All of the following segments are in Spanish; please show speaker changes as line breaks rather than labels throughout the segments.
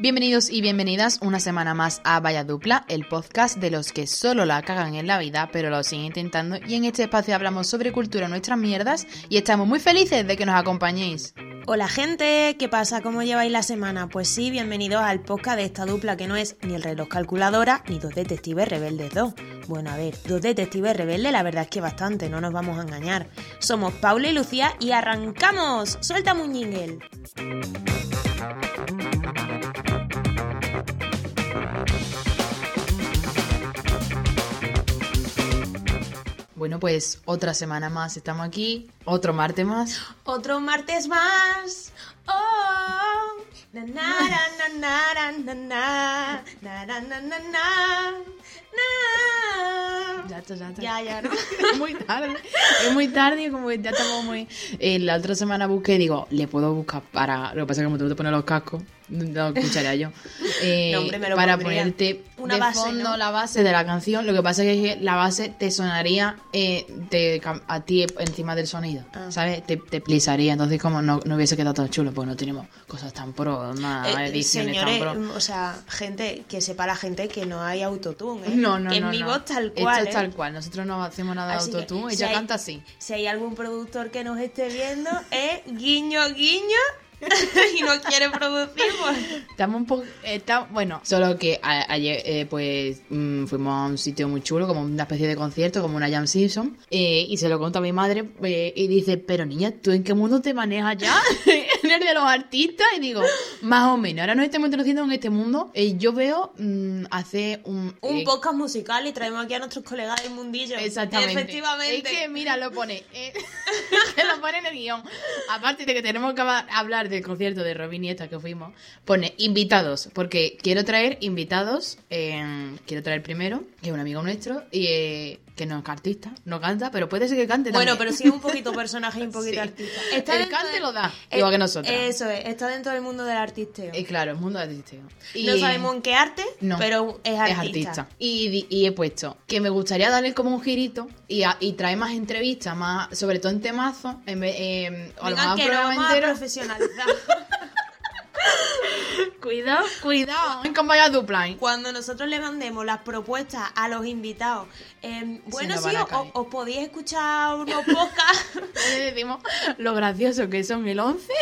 Bienvenidos y bienvenidas una semana más a Vaya Dupla, el podcast de los que solo la cagan en la vida, pero lo siguen intentando. Y en este espacio hablamos sobre cultura, nuestras mierdas, y estamos muy felices de que nos acompañéis.
Hola gente, ¿qué pasa? ¿Cómo lleváis la semana? Pues sí, bienvenidos al podcast de esta dupla que no es ni el reloj calculadora ni dos detectives rebeldes 2. Bueno, a ver, dos detectives rebeldes la verdad es que bastante, no nos vamos a engañar. Somos Paula y Lucía y arrancamos. Suéltame un jingle.
Bueno, pues otra semana más estamos aquí, otro martes más.
Otro martes más. Oh, na, na, na, na, na, na, na, na, na, na, na, na, na.
Ya está, ya está.
Ya, ya, ¿no?
Es muy tarde, es muy tarde y como que ya estamos muy... Eh, la otra semana busqué, digo, le puedo buscar para... Lo que pasa es que como tú no te pones los cascos, no escucharía yo. Eh,
No, hombre, me lo
para
pondría.
ponerte
Una
de
base,
fondo
¿no?
la base de la canción, lo que pasa es que la base te sonaría eh, te cam- a ti encima del sonido,
Ah.
¿sabes? Te, te plisaría, entonces como no, no hubiese quedado tan chulo, pues no tenemos cosas tan pro, más
Eh,
ediciones
señores, mm,
tan pro.
o sea, gente, que sepa la gente que no hay autotune, ¿eh?
No, no,
Que
no,
En mi
no.
voz tal
Esto
cual,
es
¿eh?
tal cual. Nosotros no hacemos nada de
Así que,
autotune.
si
Ella
hay-
canta así.
Si hay algún productor que nos esté viendo, es guiño, guiño, y no quiere producir, pues...
Estamos un poco... está- bueno, solo que a- ayer eh, pues mm, fuimos a un sitio muy chulo, como una especie de concierto, como una Jam Simpson, eh, y se lo conto a mi madre eh, y dice, pero niña, ¿tú en qué mundo te manejas ya? en el de los artistas. Y digo, más o menos, ahora nos estamos introduciendo en este mundo. Eh, yo veo mm, hace un...
Un
eh,
podcast musical y traemos aquí a nuestros colegas del mundillo.
Exactamente.
Efectivamente.
Es que mira, lo pone. eh, que lo pone en el guión. Aparte de que tenemos que hab- hablar del concierto de Robin Nieta que fuimos, pone invitados. Porque quiero traer invitados. eh, quiero traer primero, que es un amigo nuestro, y eh, que no es artista, no canta, pero puede ser que cante
Bueno, pero
también.
sí es un poquito personaje y un poquito
Sí.
artista.
El
dentro
cante
del-
lo da,
Eh,
igual que nosotras.
Eso es, está dentro del mundo del artisteo.
Eh, claro, el mundo artístico. Y-
No sabemos en qué arte,
No,
pero es artista.
Y, di- y he puesto que me gustaría darle como un girito y, a- y traer más entrevistas, más sobre todo en temazos. En vez- eh, a lo mejor
Venga, que
un
nos
programa
vamos a
entero.
profesionalizar.
Cuidado, cuidado. En campaña dupla. ¿eh?
Cuando nosotros le mandemos las propuestas a los invitados, eh, bueno,
nos
sí,
van a
o-
caer.
os podéis escuchar unos podcasts.
Le decimos lo gracioso que son el 11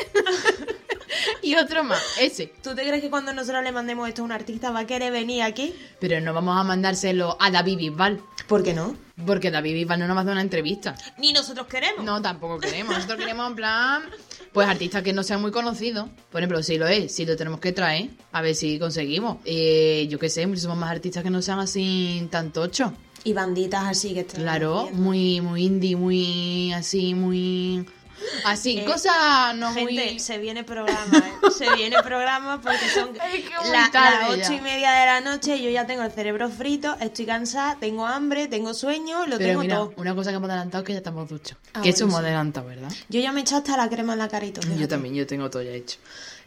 y otro más, ese.
¿Tú te crees que cuando nosotros le mandemos esto a un artista va a querer venir aquí?
Pero no vamos a mandárselo a David Bisbal,
¿Por qué no?
porque David Bisbal no nos va a hacer una entrevista.
Ni nosotros queremos.
No, tampoco queremos. Nosotros queremos en plan, pues artistas que no sean muy conocidos. Por ejemplo, si lo es, si lo tenemos que traer, a ver si conseguimos. Eh, yo qué sé, muchísimos más artistas que no sean así tan tochos.
Y banditas así que están.
Claro,
haciendo.
muy, muy indie, muy así, muy... Así,
Eh,
cosas no
Gente,
muy...
se viene programa, ¿eh? se viene programa porque son
Ay, qué
la-
tarde
las
ya.
ocho y media de la noche. Yo ya tengo el cerebro frito, estoy cansada, tengo hambre, tengo sueño, lo
Pero
tengo
mira,
todo.
una cosa que hemos adelantado es que ya estamos duchos.
Ah,
que
bueno,
eso hemos
sí.
adelantado, ¿verdad?
Yo ya me he echado hasta la crema en la carita. fíjate.
Yo también, yo tengo todo ya hecho.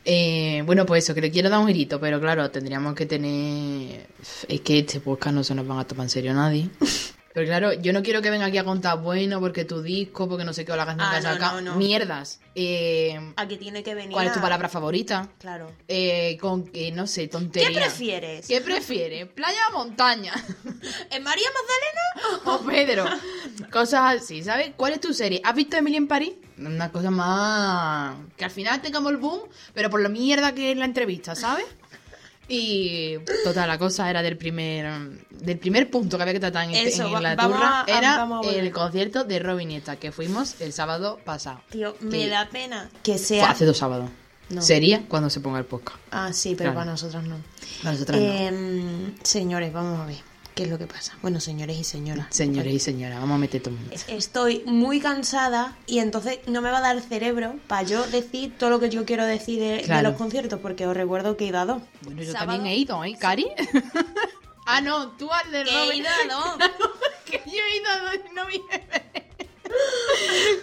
Eh, bueno, pues eso, que le quiero dar un girito, pero claro, tendríamos que tener... Es que este podcast no se nos van a tomar en serio nadie. Pero claro, yo no quiero que venga aquí a contar, bueno, porque tu disco, porque no sé qué, o la canción
Ah,
que has
no,
sacado.
no, no.
Mierdas. Eh,
Aquí tiene que venir.
¿Cuál es tu
a-
palabra favorita?
Claro.
Eh, con que, no sé,
¿Qué
tontería.
prefieres?
¿Qué prefieres? ¿Playa o montaña?
¿En María Magdalena?
o Pedro. Cosas así, ¿sabes? ¿Cuál es tu serie? ¿Has visto Emily en París? Una cosa más. Que al final tengamos el boom, pero por la mierda que es la entrevista, ¿sabes? Y total, la cosa era del primer del primer punto que había que tratar en,
Eso,
en
va-
Inglaterra.
vamos a-
era
vamos a volver.
el concierto de Robinieta que fuimos el sábado pasado.
Tío,
Que
me da pena que
fue
sea.
hace dos sábados.
No.
Sería cuando se ponga el podcast.
Ah, sí, pero
Claro.
para nosotros no.
Nosotras no.
Em, Señores, vamos a ver qué es lo que pasa. Bueno, señores y señoras.
Señores y señoras, vamos a meter todo el mundo.
Estoy muy cansada y entonces no me va a dar cerebro para yo decir todo lo que yo quiero decir de, de
Claro.
los conciertos, porque os recuerdo que he ido a dos.
Bueno, yo
Sábado.
también he ido, ¿eh, Cari? ah, no, tú al de
He
Robin.
ido a dos.
que yo he ido a dos en noviembre.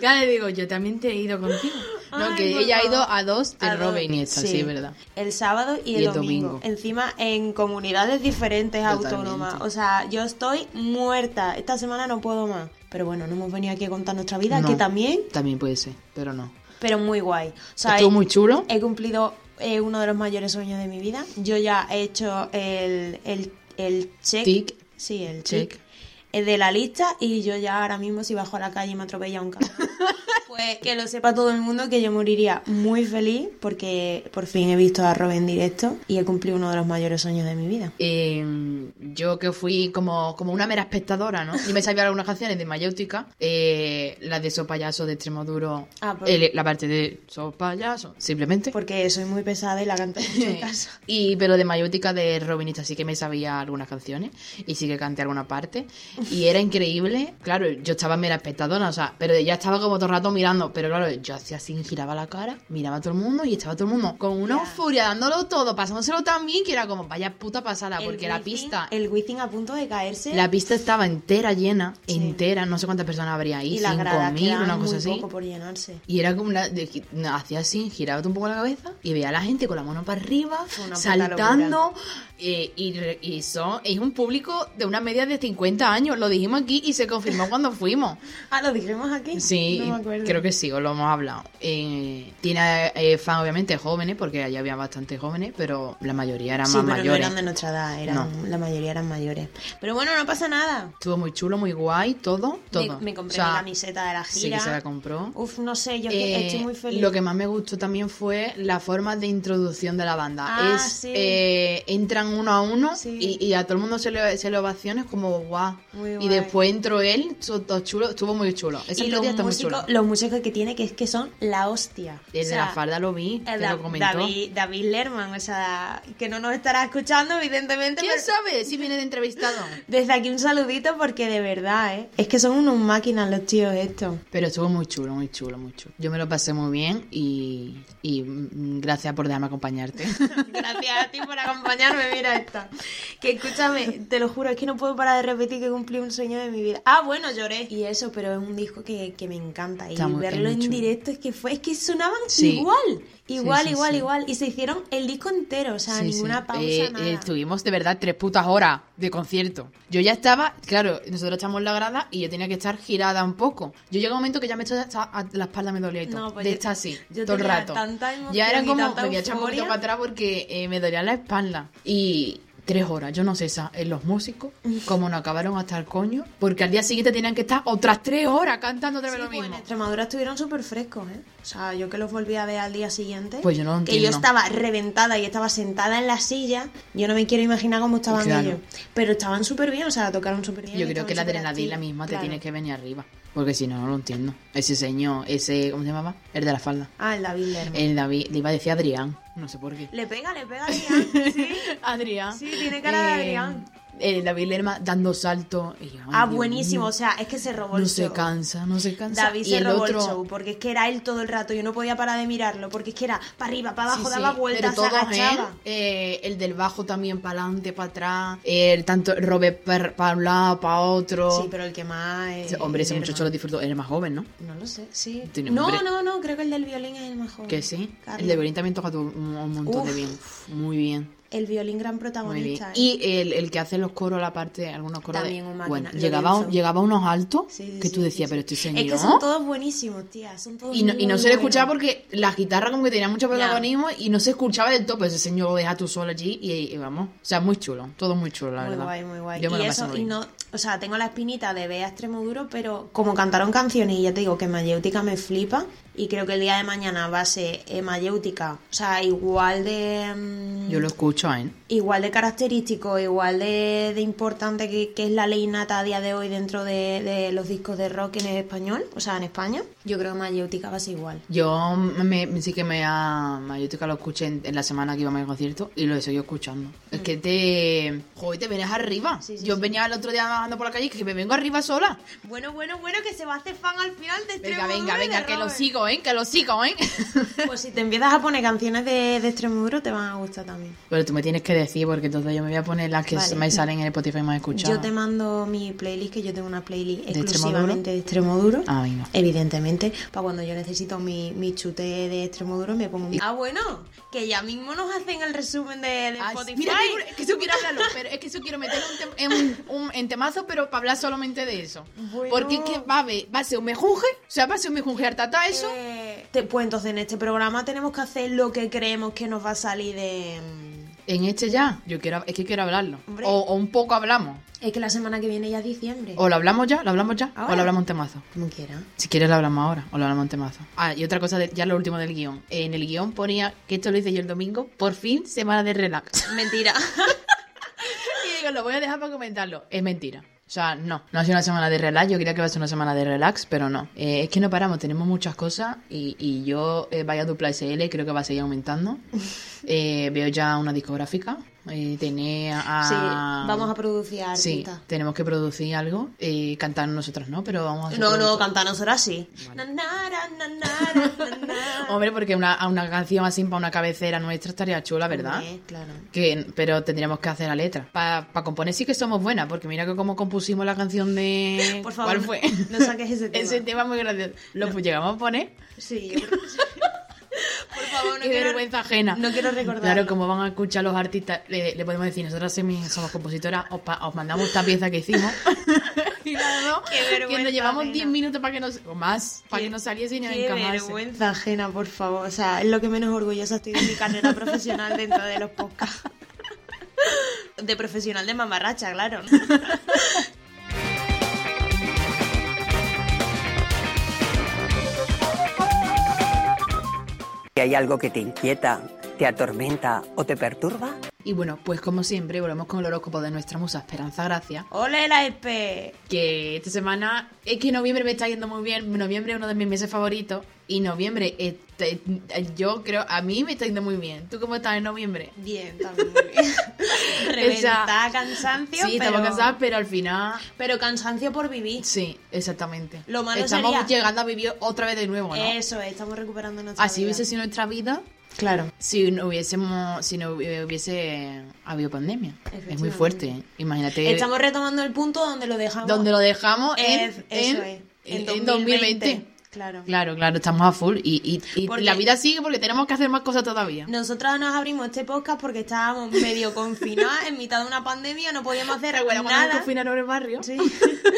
Ya le digo, yo también te he ido contigo. No,
Ay,
que
por
ella ha
favor.
ido a dos de
A dos.
Robin y esta, sí, es verdad.
El sábado y el,
Y el
domingo.
domingo.
Encima en comunidades diferentes
Totalmente.
autónomas. O sea, yo estoy muerta. Esta semana no puedo más. Pero bueno, no hemos venido aquí a contar nuestra vida,
No.
que también,
También puede ser, pero no.
pero muy guay. O sea,
Estuvo
he-
muy chulo.
He cumplido eh, uno de los mayores sueños de mi vida. Yo ya he hecho el, el, el check.
Tic.
Sí, el check.
Check.
eh, De la lista y yo ya ahora mismo si bajo a la calle y me atropella un carro. Pues que lo sepa todo el mundo que yo moriría muy feliz porque por fin he visto a Rob en directo y he cumplido uno de los mayores sueños de mi vida.
Eh, yo que fui como, como una mera espectadora, ¿no? Y me sabía algunas canciones de Mayéutica, eh, las de So Payaso de Extremoduro,
Ah, por-
el- la parte de So Payaso, simplemente.
Porque soy muy pesada y la canto mucho en casa.
Y pero de Mayótica de Robinista sí que me sabía algunas canciones y sí que canté alguna parte y era increíble. Claro, yo estaba mera espectadora, o sea, pero ella estaba como todo el rato mirando, pero claro, yo hacía así, giraba la cara, miraba a todo el mundo y estaba todo el mundo con una
Ya.
euforia dándolo todo, pasándoselo tan bien que era como vaya puta pasada porque
El
la
Wizzing-
pista
El Wizzing a punto de caerse.
la pista estaba entera llena,
Sí.
entera, no sé cuántas personas habría ahí,
y la grada
5000,
quedaba
una
muy
cosa así.
poco por llenarse.
Y era como una. de- hacía así, giraba un poco la cabeza y veía a la gente con la mano para arriba,
Fue una puta
saltando. eh, y, re- y son, es un público de una media de 50 años. Lo dijimos aquí y se confirmó cuando fuimos.
Ah, lo dijimos aquí.
Sí,
No me acuerdo.
creo que sí, o lo hemos hablado. Eh, tiene eh, fans, obviamente, jóvenes, porque allá había bastantes jóvenes, pero la mayoría eran
Sí,
más
pero no
mayores.
eran de nuestra edad, eran, la mayoría eran mayores. Pero bueno, no pasa nada.
Estuvo muy chulo, muy guay, todo. todo.
Me, me compré
O sea,
mi camiseta de la
Sí,
gira.
que se la compró.
Uf, no sé, yo es que
Eh,
estoy muy feliz.
Lo que más me gustó también fue la forma de introducción de la banda.
Ah,
es
sí.
eh, entran uno a uno
Sí.
y, y a todo el mundo se le, se le ovaciones como guau.
Muy guay.
Y después entró él, su- todo chulo, estuvo muy chulo. Ese
y
día
los
está muy
músicos,
chulo.
los músicos que tiene, que es que son la hostia.
Desde
O sea,
la falda lo vi,
el
te
Da-
lo comentó.
David, David Lerman, o sea, que no nos estará escuchando, evidentemente.
¿Quién
pero-
sabe si viene de entrevistado?
Desde aquí un saludito porque de verdad, ¿eh? Es que son unos máquinas los tíos estos.
Pero estuvo muy chulo, muy chulo, muy chulo. Yo me lo pasé muy bien y, y, mm, gracias por dejarme acompañarte.
Gracias a ti por acompañarme, mira esta. Que escúchame, te lo juro, es que no puedo parar de repetir que cumplí un sueño de mi vida. Ah, bueno, lloré. Y eso, pero es un disco que, que me encanta. Y
Está muy-
verlo
es
en
muy chulo.
directo es que fue, es que sonaban
Sí.
igual. Igual,
sí,
igual,
sí.
igual. Y se hicieron el disco entero, o sea,
Sí,
ninguna
sí.
pausa,
Eh,
nada.
eh, estuvimos de verdad tres putas horas de concierto. Yo ya estaba, claro, nosotros estamos en la grada y yo tenía que estar girada un poco. Yo llegué a un momento que ya me echaba la espalda me dolía y todo.
No, pues
de
yo-
estar así,
yo
todo el
tenía
rato.
tanta emoción
Ya era
y
como,
tanta
me voy a echar un poquito
euforia.
para atrás porque eh, me dolía la espalda. Y tres horas, yo no sé esa, en los músicos, como no acabaron hasta el coño, porque al día siguiente tenían que estar otras tres horas cantando otra
Sí,
vez lo
pues en
mismo.
Extremadura estuvieron súper frescos, ¿eh? O sea, yo que los volví a ver al día siguiente.
Pues yo no lo
Que yo
entiendo.
estaba reventada y estaba sentada en la silla. Yo no me quiero imaginar cómo estaban
Claro.
ellos. Pero estaban súper bien, o sea, la tocaron súper bien.
Yo creo que la adrenalina misma te tiene que venir arriba. Porque si no, no lo entiendo. Ese señor, ese, ¿cómo se llamaba? El de la falda.
Ah, el David Lerman.
El David, le iba a decir Adrián. No sé por qué.
Le pega, le pega, Adrián. Sí.
Adrián.
Sí, tiene cara de Adrián.
Eh, El David Lerma dando salto. Y yo, ay,
ah,
Dios
buenísimo.
mío,
O sea, es que se robó el
No se
show.
cansa, no se cansa.
David
y
se
el
robó
otro,
el show porque es que era él todo el rato. Yo no podía parar de mirarlo porque es que era para arriba, para abajo,
Sí, sí,
daba vueltas, se
pero todos
agachaba.
él, eh, el del bajo también para adelante, para atrás, el tanto Robert para un lado, para otro.
Sí, pero el que más. es-
Hombre, ese
Lerman.
muchacho lo disfrutó, era más joven, ¿no?
No lo sé, sí.
Tiene
no,
nombre.
no, no, creo que el del violín es el mejor.
Que sí. El de violín también toca tu- un, un montón de
Uf.
bien. Uf, Muy bien.
El violín gran
Muy bien.
protagonista. ¿eh?
Y el, el que hace los coros, la parte, algunos coros.
También un
de,
máquina,
bueno,
Lorenzo.
llegaba, a un- llegaba a unos altos
Sí, sí,
que tú
sí,
decías,
sí,
pero
sí.
este señor.
Es que son todos buenísimos, tía. Son todos
y no,
muy,
y no
muy
se le escuchaba
buenos.
porque la guitarra como que tenía mucho
Ya.
protagonismo y no se escuchaba del todo, pero ese señor lo deja tú solo allí y, y vamos. O sea, muy chulo, todo muy chulo, la
Muy
verdad.
guay, muy guay.
Yo me
y
lo pasé
eso,
muy
y
bien.
no, o sea, tengo la espinita de ver a Extremoduro, pero como cantaron canciones, y ya te digo que Mayéutica me flipa, y creo que el día de mañana va a ser eh, Mayéutica, o sea, igual de. mm,
Yo lo escucho, ¿eh?
igual de característico, igual de, de importante que, que es la ley innata a día de hoy dentro de, de los discos de rock en español, o sea, en España, yo creo que Mayéutica va a ser igual.
Yo me, sí que me ha. Yo que lo escuché en, en la semana que íbamos al concierto y lo he seguido escuchando. Es que te. Joder, te vienes arriba.
Mm. Sí, sí,
yo
sí.
venía el otro día andando por la calle y que me vengo arriba sola.
Bueno, bueno, bueno, que se va a hacer fan al final de
Venga, venga, venga, que lo sigo, ¿eh? Que los sigo, ¿eh?
Pues si te empiezas a poner canciones de, de Extremoduro te van a gustar también.
Pero tú me tienes que decir, porque entonces yo me voy a poner las que
Vale.
me salen en el Spotify más escuchadas.
Yo te mando mi playlist, que yo tengo una playlist
¿De
exclusivamente de Extremoduro.
Ah, venga.
Evidentemente, para cuando yo necesito mi, mi chute de Extremoduro me pongo mi... Ah, bueno, que ya mismo nos hacen el resumen de, de
Ah,
Spotify.
mira, tengo- es que eso quiero hablarlo, pero es que eso quiero meterlo en, tem- en un, un- en temazo, pero para hablar solamente de eso.
Bueno.
Porque es que va a, haber- va a ser un mejunje, o sea, va a ser un mejunje hartata eso.
Eh, te- pues entonces en este programa tenemos que hacer lo que creemos que nos va a salir de... mm,
En este ya, yo quiero, es que quiero hablarlo.
Hombre.
O, o un poco hablamos.
Es que la semana que viene ya es diciembre.
O lo hablamos ya, lo hablamos ya, o
Ahora.
lo hablamos un temazo.
Como quiera.
Si quieres lo hablamos ahora, o lo hablamos un temazo. Ah, y otra cosa, de- ya lo último del guión. En el guión ponía, que esto lo hice yo el domingo, por fin, semana de relax.
Mentira.
Y digo, lo voy a dejar para comentarlo. Es mentira. O sea, no, no ha sido una semana de relax, yo creía que iba a ser una semana de relax, pero no. Eh, es que no paramos, tenemos muchas cosas y, y yo eh, vaya dupla SL, creo que va a seguir aumentando. Eh, veo ya una discográfica, eh, tener a...
Sí, vamos a producir
Ah. Sí,
artistas.
tenemos que producir algo, eh, cantar nosotros no, pero vamos a... hacer
No, no,
producto.
cantar nosotros así. Na, na, ra, na, na, ra, na, na.
Hombre, porque una, a una canción así para una cabecera nuestra estaría chula, ¿verdad?
Hombre, claro.
Que, pero tendríamos que hacer la letra. Para componer sí que somos buenas, porque mira que como compusimos la canción de...
Por favor,
¿Cuál fue?
no saques ese tema.
Ese tema muy gracioso. Lo pu- llegamos a poner.
Sí. Por favor, no
Qué
quiero-
vergüenza ajena.
No quiero recordarlo.
Claro, como van a escuchar los artistas, le, le podemos decir, nosotras semi- somos compositoras, os, pa- os mandamos esta pieza que hicimos. y nada, ¿no?
Qué
que
vergüenza
nos llevamos
ajena.
10 minutos para que nos... O más, para
Qué-
que nos saliese y nos
Qué
encajase.
vergüenza ajena, por favor. O sea, es lo que menos orgullosa estoy de mi carrera profesional dentro de los podcasts. De profesional de mamarracha, claro.
Si hay algo que te inquieta, te atormenta o te perturba,
Y bueno, pues como siempre, volvemos con el horóscopo de nuestra musa Esperanza Gracia.
¡Ole la E espe!
que esta semana es que noviembre me está yendo muy bien. Noviembre es uno de mis meses favoritos. Y noviembre, este, yo creo, a mí me está yendo muy bien. ¿Tú cómo estás en noviembre?
Bien, también. muy bien. Reventada, cansancio,
sí,
pero...
estamos cansadas, pero al final.
Pero cansancio por vivir.
Sí, exactamente.
Lo malo
estamos
sería-
llegando a vivir otra vez de nuevo, ¿no?
Eso es, estamos recuperando nuestra
Así
vida.
hubiese sido nuestra vida
Claro.
si no hubiésemos, si no hubiese habido pandemia. Es muy
Efectivamente.
fuerte. ¿eh? Imagínate.
Estamos retomando el punto donde lo dejamos.
donde lo dejamos en,
Es- eso
en-
es.
en 2020.
Claro.
Claro, claro, estamos a full y, y- y
Porque-
la vida sigue porque tenemos que hacer más cosas todavía.
Nosotras nos abrimos este podcast porque estábamos medio confinadas en mitad de una pandemia, no podíamos hacer nada.
confinaron el barrio?
Sí.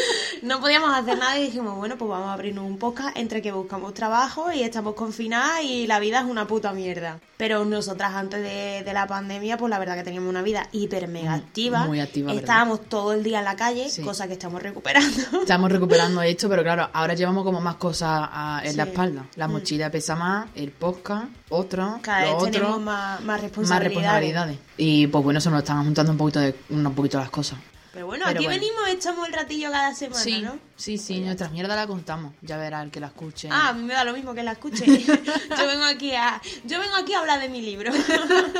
No podíamos hacer nada y dijimos, bueno, pues vamos a abrirnos un podcast entre que buscamos trabajo y estamos confinadas y la vida es una puta mierda. Pero nosotras antes de, de la pandemia, pues la verdad que teníamos una vida hiper mega
Mm,
activa.
muy activa, ¿verdad?
Estábamos todo el día en la calle,
Sí.
cosa que estamos recuperando.
Estamos recuperando esto, pero claro, ahora llevamos como más cosas a- en la
Sí.
espalda. La
Mm.
mochila pesa más, el podcast, otro,
Cada vez
lo otro,
tenemos más, más
más
responsabilidades.
responsabilidades. Y pues bueno, se nos están juntando un poquito, de, un poquito las cosas.
Pero bueno,
Pero
aquí
bueno.
venimos, echamos el ratillo cada semana,
sí,
¿no? Pues
sí, sí, nuestras mierdas las contamos. Ya verá el que la escuche.
Ah, a mí me da lo mismo que la escuche. Yo vengo aquí a, yo vengo aquí a hablar de mi libro.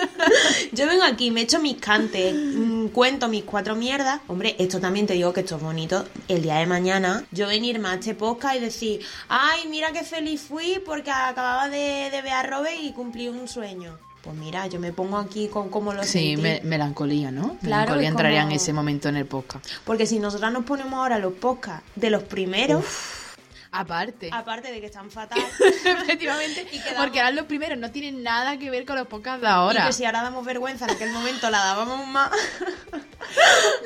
Yo vengo aquí, me echo mis cantes, mm, cuento mis cuatro mierdas. Hombre, esto también te digo que esto es bonito. El día de mañana, yo venirme a este podcast y decir, ay, mira qué feliz fui porque acababa de, de ver a Robert y cumplí un sueño. Pues mira, yo me pongo aquí con cómo lo
sí,
sentí.
me- melancolía, ¿no?
Claro,
melancolía
es
entraría en
como-
ese momento en el podcast.
Porque si nosotras nos ponemos ahora los podcasts de los primeros,
Aparte.
aparte de que están fatal,
Efectivamente,
Y quedamos-
porque ahora los primeros no tienen nada que ver con los podcasts de
y
ahora.
que si ahora damos vergüenza, en aquel momento la dábamos más.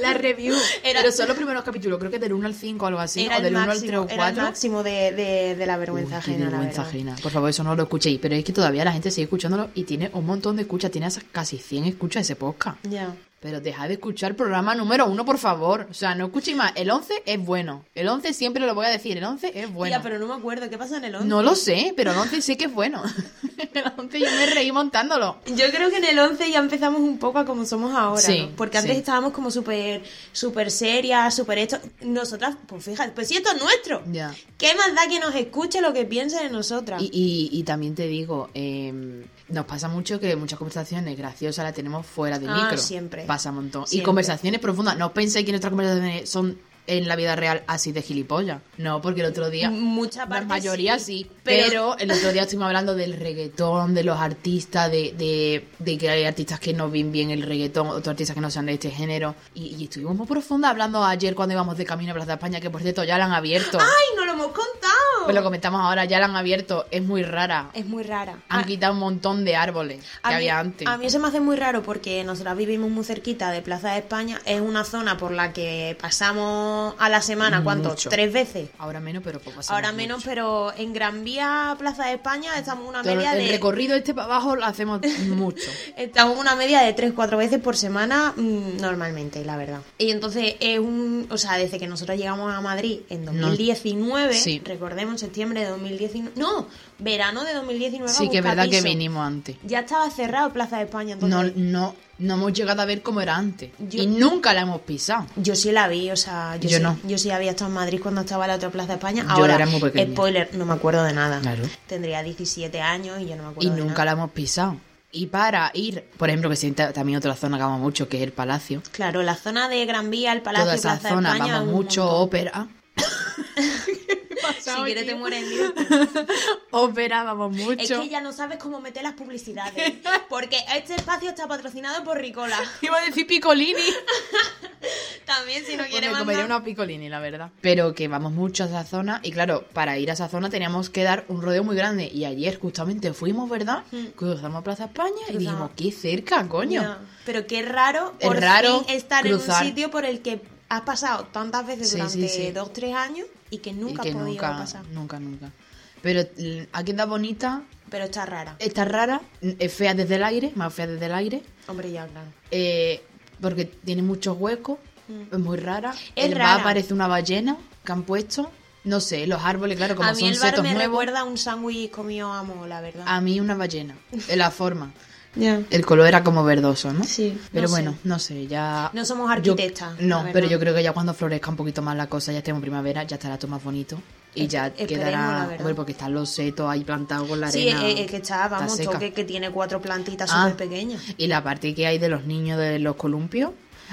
La review.
Era-
Pero son los primeros capítulos, creo que del 1 al 5 o algo así,
era
o
el
del 1 al
máximo,
3 o
era el
4.
máximo de, de- de la
Uy,
vergüenza
qué
ajena. la
vergüenza
verdad.
ajena. Por favor, eso no lo escuchéis. Pero es que todavía la gente sigue escuchándolo y tiene un montón de escuchas. Tiene esas casi 100 escuchas ese podcast.
Ya.
Pero dejad de escuchar programa número 1, por favor. O sea, no escuchéis más. El 11 es bueno. El 11 siempre lo voy a decir. El 11 es bueno.
Tía, pero no me acuerdo, ¿qué pasa en el 11?
No lo sé, pero el 11 sí que es bueno. el 11 yo me reí montándolo.
Yo creo que en el 11 ya empezamos un poco a como somos ahora,
Sí,
¿no? Porque antes
sí.
estábamos como súper súper serias, súper esto. Nosotras, pues fíjate, pues si esto es nuestro.
Ya.
¿Qué más da que nos escuche lo que piense de nosotras?
Mm. Y, y- y también te digo, eh, nos pasa mucho que muchas conversaciones graciosas las tenemos fuera del
Ah,
micro.
siempre.
Pasa un montón. Y
Siempre.
conversaciones profundas. No os penséis que nuestras conversaciones son en la vida real así de gilipollas. No, porque el otro
Mm,
día.
Mucha
La
parte
mayoría sí, pero... el otro día estuvimos hablando del reggaetón, de los artistas, de, de, de que hay artistas que no ven bien el reggaetón, otros artistas que no sean de este género. Y, y estuvimos muy profunda hablando ayer cuando íbamos de camino a Plaza de España, que por cierto ya la han abierto.
¡Ay, no lo hemos contado!
Pues lo comentamos ahora, ya la han abierto, es muy rara.
Es muy rara.
Han
A-
quitado un montón de árboles que
ah. a mí-
había antes.
A mí se me hace muy raro porque nosotras vivimos muy cerquita de Plaza de España. Es una zona por la que pasamos a la semana, ¿cuánto?
Mucho.
Tres veces.
Ahora menos, pero poco así.
Ahora menos, pero en Gran Vía, Plaza de España, estamos una
Todo el,
media de...
recorrido este para abajo lo hacemos mucho.
Estamos una media de 3-4 veces por semana mm, normalmente, la verdad. Y entonces es un. O sea, desde que nosotros llegamos a Madrid en 2019,
Sí.
recordemos septiembre de 2019. No, verano de 2019. a
sí, que es verdad que
Buscapiso.
vinimos antes.
Ya estaba cerrado Plaza de España,
No,
entonces.
no, no hemos llegado a ver cómo era antes.
Yo-
Y nunca la hemos pisado.
Yo sí la vi, o sea, yo,
Yo
sí,
no.
yo sí había estado en Madrid cuando estaba la otra Plaza de España.
Yo
Ahora,
era muy pequeña.
spoiler, no me acuerdo de nada.
Claro.
Tendría 17 años y yo no me acuerdo
Y
de
nunca
nada.
la hemos pisado. Y para ir, por ejemplo, que sienta también otra zona que vamos mucho, que es el Palacio.
Claro, la zona de Gran Vía, el Palacio,
Toda esa
Plaza
zona
de España.
vamos
un
mucho,
montón.
ópera.
Si quieres te mueres en directo.
Ópera vamos mucho.
Es que ya no sabes cómo meter las publicidades. Porque este espacio está patrocinado por Ricola.
Iba a decir picolini.
También, si no
Pues
quieres
me
mandar...
comería una picolini, la verdad. Pero que vamos mucho a esa zona y claro, para ir a esa zona teníamos que dar un rodeo muy grande. Y ayer justamente fuimos, ¿verdad?
Mm.
Cruzamos Plaza España y
Cruzamos.
dijimos, qué cerca, coño.
Ya. Pero qué raro
Es
por
raro
fin estar
cruzar.
en un sitio por el que has pasado tantas veces
Sí, sí,
durante
sí.
dos, tres años y que
Y
nunca
que
has podido
nunca,
pasar.
nunca, nunca. Pero mm, ha quedado bonita,
Pero está rara.
está rara, mm, es fea desde el aire, más fea desde el aire,
Hombre, ya, claro.
eh, porque tiene muchos huecos,
Mm.
es muy rara.
Es
el
rara.
bar parece una ballena que han puesto, no sé, los árboles, claro, como
a mí
son
el bar
setos
me
nuevos, Ah,
recuerda a un sándwich comido a modo, la verdad.
a mí una ballena, en la forma.
Ya.
El color era como verdoso, ¿no?
Sí, no
Pero
sé.
bueno, no sé, ya...
No somos
yo-
arquitectas, la
no,
verdad.
pero yo creo que ya cuando florezca un poquito más la cosa, ya estemos en primavera, ya estará todo más bonito. Y ya
Espe- esperemos, la
quedará...
verdad.
Hombre, porque están los setos ahí plantados con la
Sí,
arena.
es, es que está, vamos,
seca.
toque que tiene cuatro plantitas
Ah.
súper pequeñas.
Y la parte que hay de los niños de los columpios,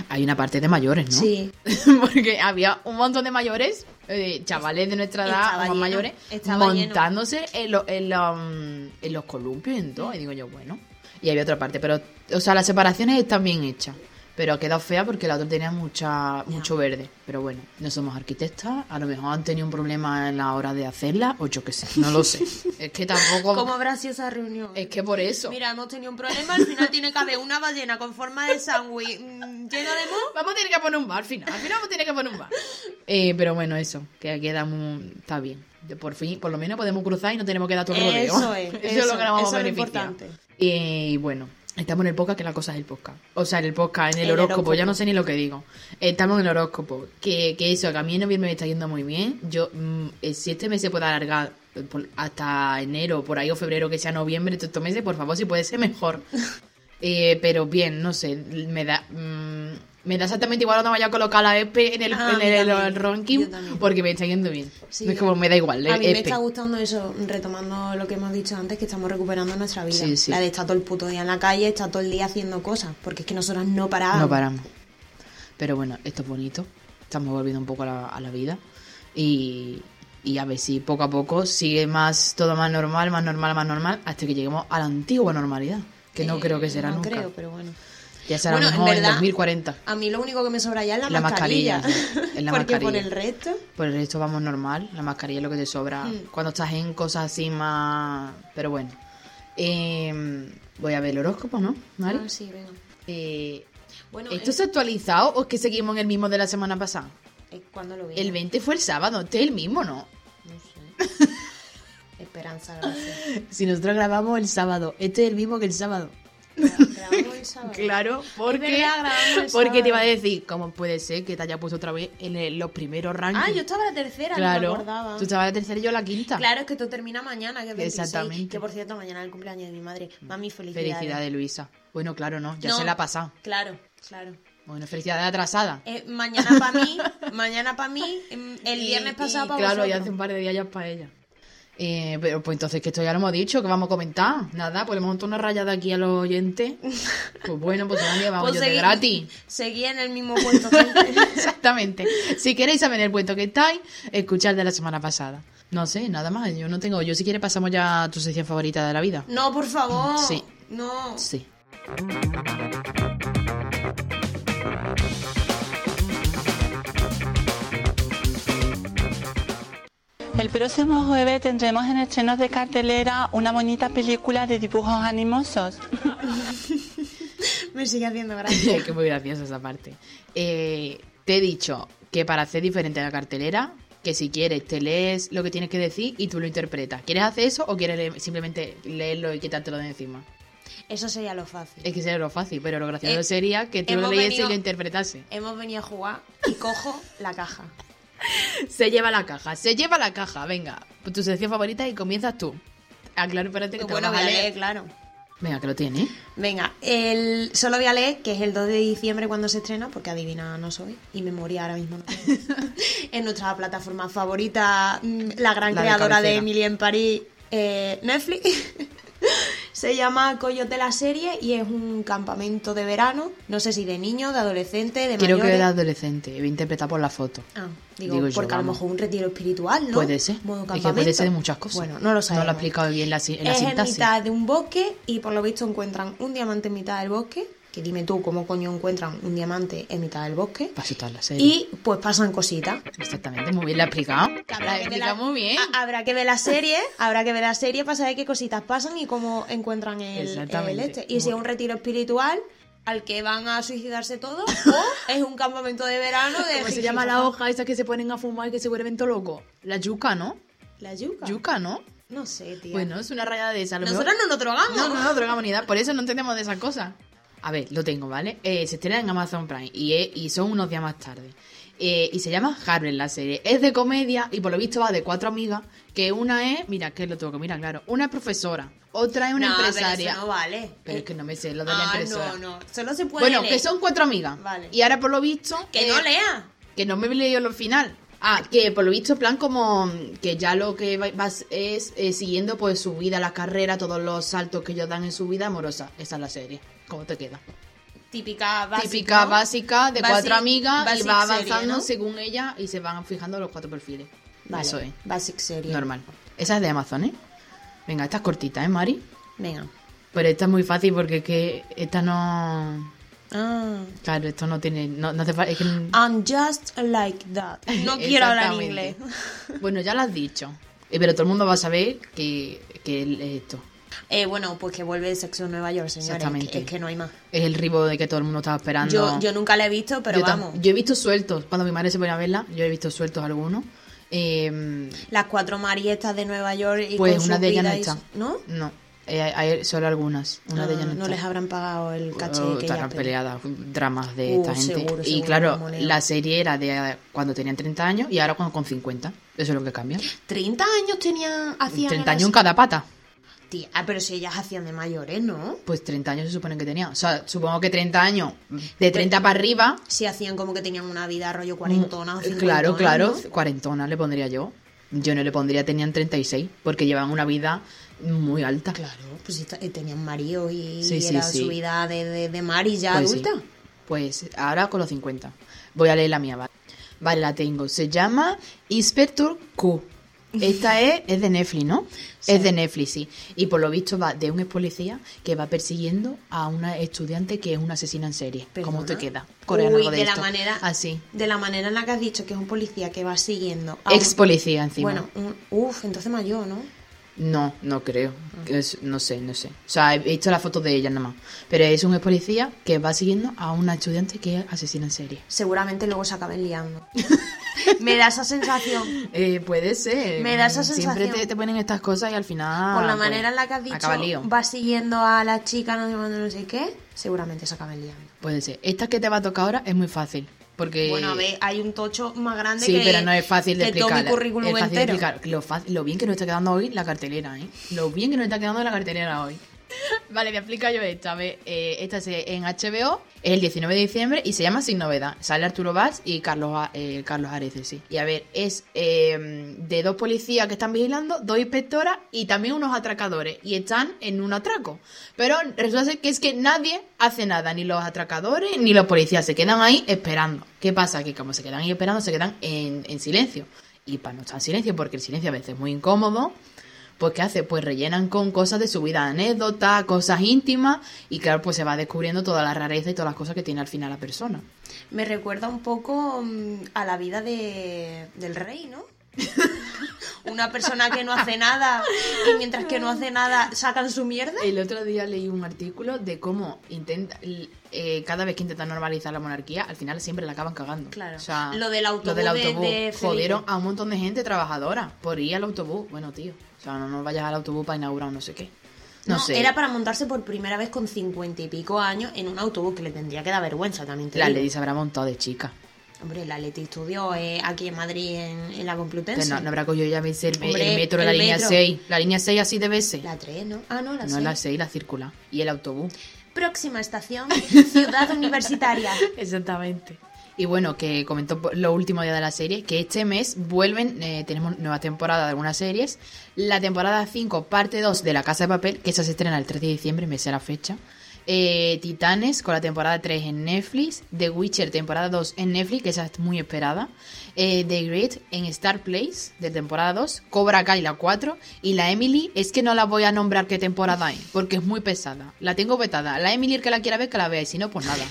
hay una parte de mayores, ¿no?
Sí.
porque había un montón de mayores, eh, chavales de nuestra edad, o
Estaba
más
lleno,
mayores,
estaba lleno.
montándose en, lo- en la, mm, en los columpios y en todo. Y digo yo, bueno. Y había otra parte, pero, o sea, las separaciones están bien hechas. Pero ha quedado fea porque la otra tenía mucha, mucho verde. Pero bueno, no somos arquitectas. A lo mejor han tenido un problema en la hora de hacerla, o yo qué sé, no lo sé. es que tampoco.
¿Cómo habrá sido esa reunión?
Es que por eso.
Mira, hemos tenido un problema, al final tiene que haber una ballena con forma de sándwich mm, lleno de moho.
Vamos a tener que poner un bar al final. Al final vamos a tener que poner un bar. Eh, pero bueno, eso. Que queda muy... Está bien. De- Por fin, por lo menos podemos cruzar y no tenemos que dar todo el rodeo.
Eso es,
Eso es lo
eso,
que nos vamos
eso
a
es lo
beneficiar. Eh,
importante.
Y bueno, estamos en el podcast, que la cosa es el podcast. O sea, en el podcast, en el,
El
horóscopo.
horóscopo.
Ya no sé ni lo que digo. Estamos en el horóscopo. Que, que eso, que a mí en noviembre me está yendo muy bien. Yo, mm, eh, si este mes se puede alargar eh, por- hasta enero, por ahí o febrero, que sea noviembre, todos estos meses, por favor, si puede ser mejor. Eh, pero bien, no sé, me da... mm, me da exactamente igual donde vaya a colocar la EP en el,
Ah,
en el-
a mí
el
también,
ranking
yo también.
porque me está yendo bien.
Sí. eh.
es E como me da igual,
A mí me
EP.
está gustando eso, retomando lo que hemos dicho antes, que estamos recuperando nuestra vida.
Sí, sí.
La de estar todo el puto día en la calle, estar todo el día haciendo cosas, porque es que nosotras no parábamos.
No paramos. Pero bueno, esto es bonito. Estamos volviendo un poco a la, a la vida. Y, y a ver si poco a poco sigue más todo más normal, más normal, más normal, hasta que lleguemos a la antigua normalidad. Que no
Eh,
creo que será
no
nunca.
creo, pero bueno.
Ya será
Bueno,
a lo
en
mejor en,
verdad-
2040.
A mí lo único que me sobra ya es la,
La mascarilla,
mascarilla.
sí, es la
porque por
mascarilla.
el resto...
Por el resto Pues vamos normal, la mascarilla es lo que te sobra.
Mm.
Cuando estás en cosas así más... Pero bueno. Eh, voy a ver el horóscopo, ¿no? ¿Vale?
Ah, sí, venga.
Eh,
Bueno,
¿Esto
eh,
se ha actualizado o es que seguimos en el mismo de la semana pasada?
eh, ¿cuándo lo vi?
El 20 fue el sábado, este es el mismo, ¿no?
No sé. Esperanza, gracias.
Si nosotros grabamos el sábado, este es el mismo que el sábado.
Grabamos el sábado.
Claro, porque,
verdad, grabamos el
porque
sábado.
te iba a decir, ¿cómo puede ser que te haya puesto otra vez en el- los primeros rankings?
Ah, yo estaba la tercera, no me
Claro,
acordaba.
tú estabas la tercera y yo la quinta.
Claro, es que tú termina mañana, que es 26,
Exactamente. Mm.
Que por cierto, mañana es el cumpleaños de mi madre. Mami, felicidades.
Felicidades, Luisa. Bueno, claro, no, ya
No,
se la ha pasado.
Claro, claro.
Bueno, felicidades atrasada.
Eh, mañana para mí, mañana para mí, mm, el
Y-
viernes pasado
y
para
Claro,
vosotros.
ya hace un par de días ya es para ella. Eh, pero pues entonces que esto ya lo hemos dicho, que vamos a comentar. Nada, pues le hemos montado una raya de aquí a los oyentes. Pues bueno, pues nadie vamos
Pues
yo de
seguí-
gratis.
Seguí en el mismo puesto. que-
Exactamente. Si queréis saber el cuento que estáis, escuchad de la semana pasada. No sé, nada más. Yo no tengo. Yo si quieres pasamos ya a tu sección favorita de la vida.
no, por favor.
Sí.
No.
Sí.
El próximo jueves tendremos en estrenos de cartelera una bonita película de dibujos animosos.
Me sigue haciendo gracia.
que muy graciosa esa parte. Eh, te he dicho que para hacer diferente a la cartelera, que si quieres te lees lo que tienes que decir y tú lo interpretas. ¿Quieres hacer eso o quieres leer- simplemente leerlo y quitártelo de encima?
Eso sería lo fácil.
Es que sería lo fácil, pero lo gracioso
Eh,
sería que tú lo
hemos
leyes
venido-
y lo interpretase.
Hemos venido a jugar y cojo la caja.
Se lleva la caja, se lleva la caja. Venga, Pues tu sección favorita y comienzas tú. Ah, claro, espérate que te
Bueno,
lo
voy
vas
a
a
leer,
leer.
claro.
Venga, que lo tiene. ¿eh?
Venga, el, solo voy a leer que es el 2 de diciembre cuando se estrena, porque adivina no soy y me moría ahora mismo. en nuestra plataforma favorita, mm, la gran
La de
creadora de,
cabecera.
Emily en París, eh, Netflix. se llama Coyote la serie y es un campamento de verano, no sé si de niños, de adolescentes, de
Quiero que
mayores.
era adolescente, voy a interpretar por la foto.
Ah, digo,
Digo yo,
porque a lo
vamos.
mejor un retiro espiritual, ¿no?
Puede ser. Es
Modo
que puede
campamento.
ser de muchas cosas.
Bueno, no lo sabemos.
No lo ha explicado bien la, si- en la
es en
sintaxis.
mitad de un bosque y por lo visto encuentran un diamante en mitad del bosque. Que dime tú cómo coño encuentran un diamante en mitad del bosque.
Para asustar la serie.
Y pues pasan cositas.
Exactamente, muy bien la ha explicado. La ha
que ver la-
explicado muy bien.
ha- habrá que ver la serie, habrá que ver la serie para saber qué cositas pasan y cómo encuentran el, el
Exactamente.
este. Y si es un retiro espiritual al que van a suicidarse todos o es un campamento de verano de
¿Cómo se
jiji,
llama la
jaja.
hoja esa que se ponen a fumar y que se vuelven todo loco? La yuca, ¿no?
La yuca.
Yuca, ¿no?
No sé, tío.
Bueno, es una rayada de esa. a lo
Nosotros
mejor-
no nos drogamos.
No, no, no, drogamos ni nada, Por eso no entendemos de esas cosas. A ver, lo tengo, ¿vale? Eh, se estrena en Amazon Prime y, es- y son unos días más tarde. Eh, y se llama Harlem la serie. Es de comedia y por lo visto va de cuatro amigas. Que una es, mira, que lo tengo que mirar, claro. Una es profesora, otra es una
No, pero eso
empresaria.
no vale.
Pero es que no me sé lo de la
ah,
empresaria.
no, no. Solo se puede
Bueno,
leer.
que son cuatro amigas.
Vale.
Y ahora por lo visto.
Que
eh,
no lea.
Que no me he leído el final. Ah, que por lo visto, en plan, como mm, que ya lo que va- vas es eh, siguiendo pues su vida, la carrera, todos los saltos que ellos dan en su vida amorosa. Esa es la serie. ¿Cómo te queda?
Típica básica.
Típica
¿no?
básica de
Basic-
cuatro amigas y
basic
va
serie,
avanzando
¿no?
según ella y se van fijando los cuatro perfiles.
Vale,
Eso es.
Basic serie.
Normal. Esa es de Amazon, ¿eh? Venga, esta es cortita, ¿eh, Mari?
Venga.
Pero esta es muy fácil porque es que esta no.
Ah.
Claro, esto no tiene. No, no hace falta. es que-
I'm just like that. No quiero hablar en inglés.
Exactamente. Bueno, ya lo has dicho. Eh, Pero todo el mundo va a saber que, que el- esto
Eh, bueno, pues que vuelve Sexo en Nueva York, señores.
Exactamente.
Es que, es que no hay más.
es el ribo de que todo el mundo estaba esperando.
Yo, yo nunca la he visto, pero
Yo tam-
vamos.
Yo he visto sueltos. Cuando mi madre se ponía a verla, yo he visto sueltos algunos. Eh,
Las cuatro mariestas de Nueva York y
pues
con
una
sus
de ellas no
vidas y
está.
su- ¿No?
No. Eh, hay, hay solo algunas. Una de
Ah,
ellas no, está.
les habrán pagado el caché
Oh,
que
estarán
ellas pedían.
peleadas, dramas de
Uh,
esta gente.
seguro,
y
seguro,
claro,
como Leo.
la serie era de cuando tenían 30 años y ahora cuando con 50. Eso es lo que cambia.
30 años tenían, hacían
30
en
años en
la-
cada pata.
Tía, ah, pero si ellas hacían de mayores, ¿no?
Pues 30 años se supone que tenía. O sea, supongo que 30 años, de 30 para arriba.
Si hacían como que tenían una vida rollo cuarentona o
mm,
cincuentona.
Claro, claro,
¿no?
cuarentona le pondría yo. Yo no le pondría, tenían 36, porque llevan una vida muy alta.
Claro, pues si t- eh, tenían marido y
Sí, sí,
era
sí.
su vida de, de, de Mari ya
Pues sí.
adulta.
Pues ahora con los 50. Voy a leer la mía, ¿vale? Vale, la tengo. Se llama Inspector Q. Esta es, es de Netflix, ¿no? Es de Netflix, sí. Y por lo visto va de un ex policía que va persiguiendo a una estudiante que es una asesina en serie. ¿Cómo te
Perdona.
queda? Coreano
Uy,
algo de,
la
esto. Ah,
manera.
Así.
De la manera en la que has dicho que es un policía que va siguiendo. a un-
Ex policía encima.
Bueno, un- uf, entonces mayor, ¿no?
No, no creo.
Mm.
Es- no sé, no sé. O sea, he visto la foto de ella nada más. Pero es un ex policía que va siguiendo a una estudiante que es asesina en serie.
Seguramente luego se acaben liando. Me da esa sensación.
Eh, puede ser.
Me da esa
Siempre
sensación.
te, te ponen estas cosas y al final.
Por la
pues,
manera en la que has dicho,
Acaba lío.
va siguiendo a la chica, no sé cuándo, no sé qué, seguramente se acaben liando.
Puede ser. Esta que te va a tocar ahora es muy fácil. Porque.
Bueno, a ver, hay un tocho más grande
Eh, Sí,
que
pero no es fácil de
que todo
explicar.
mi currículum
es fácil de
entero.
explicar. Lo, fa- lo bien que nos está quedando hoy la cartelera, ¿eh? Lo bien que nos está quedando la cartelera hoy. Vale, voy a explicar yo esta. A ver, eh, esta es en HBO, es el 19 de diciembre y se llama Sin Novedad. Sale Arturo Valls y Carlos, A- eh, Carlos Areces, sí. Y a ver, es eh, de dos policías que están vigilando, dos inspectoras y también unos atracadores. Y están en un atraco. Pero resulta ser que es que nadie hace nada, ni los atracadores ni los policías. Se quedan ahí esperando. ¿Qué pasa? Que como se quedan ahí esperando, se quedan en, en silencio. Y para no estar en silencio, porque el silencio a veces es muy incómodo, pues ¿qué hace? Pues rellenan con cosas de su vida, anécdotas, cosas íntimas, y claro, pues se va descubriendo toda la rareza y todas las cosas que tiene al final la persona.
Me recuerda un poco mm, a la vida de, del rey, ¿no? Una persona que no hace nada y mientras que no hace nada sacan su mierda.
El otro día leí un artículo de cómo intenta, l- eh, cada vez que intentan normalizar la monarquía, al final siempre la acaban cagando.
Claro.
O sea,
Lo del autobús de- de Felipe.
Jodieron a un montón de gente trabajadora por ir al autobús. Bueno, tío, o sea, no nos vayas al autobús para inaugurar un no sé qué. No, sé.
Era para montarse por primera vez con cincuenta y pico años en un autobús que le tendría que dar vergüenza también. Te
La
digo.
Lady se habrá montado de chica.
Hombre, la Leti estudió eh, aquí en Madrid, en, en la
Que
Complutense.
Pues no, no habrá cogido ya el, el
Hombre,
metro de la
el
línea
metro.
6. La línea 6 así de veces.
La 3, ¿no? Ah, no, la
no
seis.
la 6, la circular. Y el autobús.
Próxima estación, Ciudad Universitaria.
Exactamente. Y bueno, que comentó po- lo último día de la serie, que este mes vuelven, eh, tenemos nueva temporada de algunas series. La temporada 5, parte 2 de La Casa de Papel, que esa se estrena el 3 de diciembre, me sé la fecha. Eh, Titanes, con la temporada 3 en Netflix. The Witcher, temporada 2 en Netflix, que esa es muy esperada. Eh, The Great en Star Place, de temporada 2. Cobra Kai, la 4. Y la Emily, es que no la voy a nombrar qué temporada es, porque es muy pesada. La tengo vetada. La Emily, el que la quiera ver, que la vea, y si no, pues nada.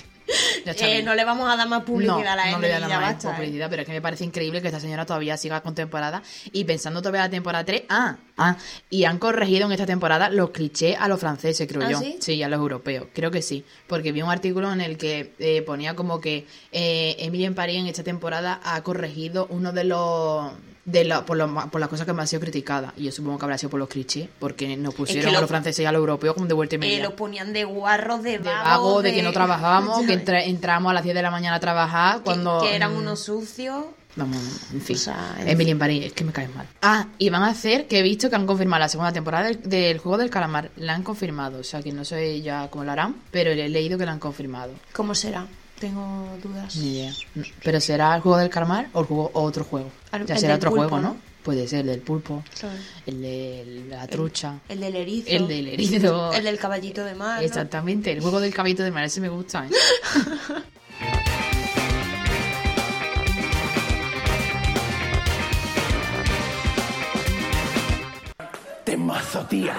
Ya está
Eh,
bien.
no le vamos a dar más publicidad a la
no
Emily,
le voy a dar
ya
más
basta, eh.
publicidad, pero es que me parece increíble que esta señora todavía siga con temporada y pensando todavía la temporada 3. Ah, ah, y han corregido en esta temporada los clichés a los franceses, creo
¿Ah,
yo.
sí?
a los europeos, creo que sí, porque vi un artículo en el que eh, ponía como que eh, Emily en París en esta temporada ha corregido uno de los de la- por, lo ma- por las cosas que me han sido criticadas y yo supongo que habrá sido por los clichés porque nos pusieron a
lo-
los franceses y a los europeos como de vuelta y
Eh,
media
los ponían de guarros, de
de
vagos,
vago, de que no trabajábamos, que
¿sabes?
entra- entramos a las 10 de la mañana a trabajar
Que-
cuando...
que eran
mm,
unos sucios.
Vamos, en fin.
O sea, en
Emily en París, es que me caes mal. Ah, y van a hacer, que he visto que han confirmado la segunda temporada del, del Juego del Calamar. La han confirmado, o sea que no sé ya cómo lo harán, pero he leído que la han confirmado.
¿Cómo será? Tengo dudas.
Ni idea. No, Pero será el Juego del Calamar o, el juego, o otro juego.
Al-
Ya
el
será
del
otro
pulpo,
juego,
¿no?
¿no? Puede ser, el del pulpo,
Claro.
el de la trucha,
El del erizo.
el, del herido.
El del caballito de mar. Ah, ¿no?
Exactamente, el juego del caballito de mar, ese me gusta. ¿eh?
Temazo, tía.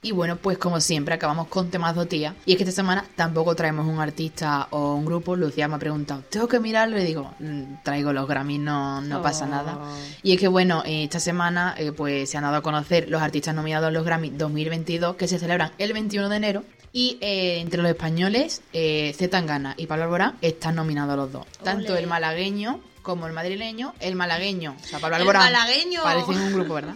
Y bueno, pues como siempre acabamos con temazo tía. Y es que esta semana tampoco traemos un artista o un grupo. Lucía me ha preguntado, ¿tengo que mirarlo? Y digo, "Mm, traigo los Grammys, no, no pasa
Oh.
nada. Y es que bueno, eh, esta semana eh, pues se han dado a conocer los artistas nominados a los Grammys 2022 que se celebran el 21 de enero. Y eh, entre los españoles, eh, C. Tangana y Pablo Alborán están nominados los dos. Tanto
Ole.
el malagueño como el madrileño. El malagueño, o sea, Pablo
El
Alborán.
malagueño.
Parecen un grupo, ¿verdad?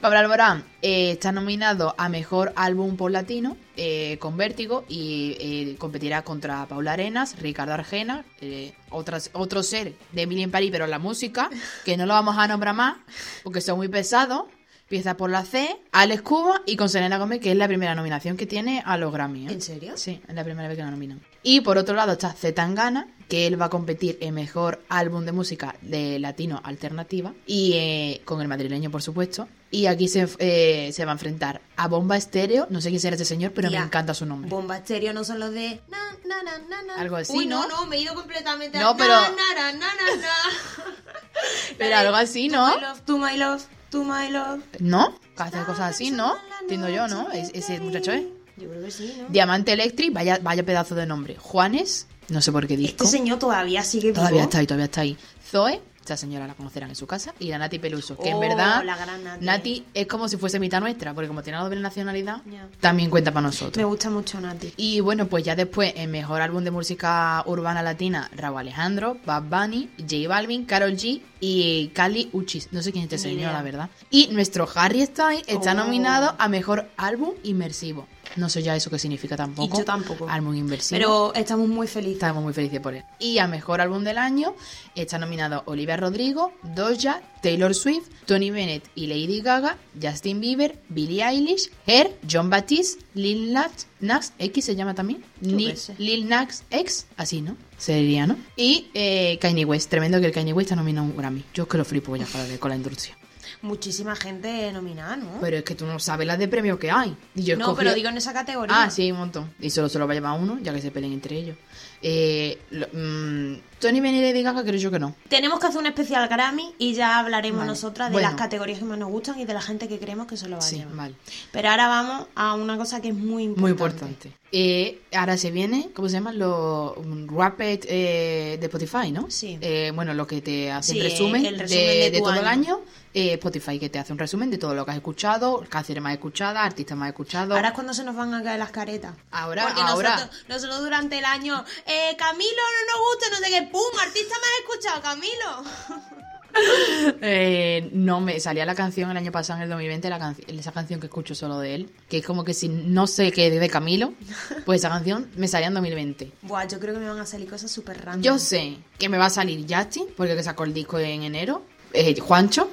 Pablo Alborán eh, está nominado a Mejor Álbum por Latino eh, con Vértigo y eh, competirá contra Paula Arenas, Ricardo Arjena, eh, otras- otro ser de Emily en París, pero la música, que no lo vamos a nombrar más porque son muy pesados. Empieza por la C, Alex Cuba y con Selena Gómez, que es la primera nominación que tiene a los Grammy. ¿eh?
¿En serio?
Sí, es la primera vez que lo nominan. Y por otro lado está Zetangana, que él va a competir en mejor álbum de música de latino alternativa. Y eh, con el madrileño, por supuesto. Y aquí se, eh, se va a enfrentar a Bomba Estéreo. No sé quién será este señor, pero
Tía,
me encanta su nombre.
Bomba estéreo no son los de. na, na, na, na, na.
Algo así,
Uy, no,
¿no?
no, me he ido completamente a.
No, pero-
na, na, na, na, na.
Pero algo así, ¿no?
To my love, to my love, to my love.
¿No? Hace cosas así, ¿no? Entiendo yo, ¿no? Es- ese muchacho es.
Yo creo que sí, ¿no?
Diamante Electric, vaya, vaya pedazo de nombre. Juanes, no sé por qué disco.
Este señor todavía sigue vivo.
Todavía está ahí, todavía está ahí. Zoe, esta señora la conocerán en su casa, y la Nati Peluso, que en
Oh,
verdad
la gran Nati.
es como si fuese mitad nuestra, porque como tiene la doble nacionalidad,
Ya.
también cuenta para
Me
nosotros.
gusta mucho Nati.
Y bueno, pues ya después, en mejor álbum de música urbana latina, Raúl Alejandro, Bad Bunny, J Balvin, Carol G y Cali Uchis. No sé quién es este
Ni
señor,
idea.
la verdad. Y nuestro Harry Styles está
Oh.
nominado a mejor álbum inmersivo. No sé ya eso qué significa tampoco.
Y yo tampoco.
Álbum inversivo.
Pero estamos muy felices.
Estamos muy felices por él. Y a Mejor Álbum del Año están nominados Olivia Rodrigo, Doja, Taylor Swift, Tony Bennett y Lady Gaga, Justin Bieber, Billie Eilish, Her, John Batiste, Lil Nas, Nas X se llama también, Ni-
qué sé.
Lil Nas X, así, ¿no? Sería, ¿no? Y eh, Kanye West, tremendo que el Kanye West está nominado a un Grammy. Yo es que lo flipo ya para ver con la industria.
Ah. Muchísima gente nominada, ¿no?
Pero es que tú no sabes las de premios que hay. Y yo
no,
escogí-
pero digo en esa categoría.
Ah, sí, un montón. Y solo se lo va a llevar uno, ya que se peleen entre ellos. Eh, lo- mm, Tony Bennett y Lady Gaga creo yo que no.
Tenemos que hacer un especial Grammy y ya hablaremos
Vale.
nosotras de
Bueno.
las categorías que más nos gustan y de la gente que creemos que se lo va a
Sí,
llevar.
vale.
Pero ahora vamos a una cosa que es muy importante.
Muy importante. Eh, ahora se viene, ¿cómo se llaman? Los mm, Rapid eh, de Spotify, ¿no?
Sí.
Eh, bueno, lo que te hace
Sí,
el resumen,
el resumen
de,
de
de
tu
todo el
año.
año. eh, Spotify que te hace un resumen de todo lo que has escuchado, canciones más escuchadas, artistas más escuchados.
Ahora es cuando se nos van a caer las caretas.
Ahora-
Porque
ahora.
Nosotros, nosotros durante el año, eh, Camilo no nos gusta, no sé qué, pum, artista más escuchado, Camilo.
Eh, no, me salía la canción el año pasado, en el 2020, la canci- esa canción que escucho solo de él, que es como que si no sé qué es de Camilo, pues esa canción me salía en 2020.
Buah, yo creo que me van a salir cosas súper random.
Yo sé que me va a salir Justin, porque que sacó el disco en enero, eh, Juancho,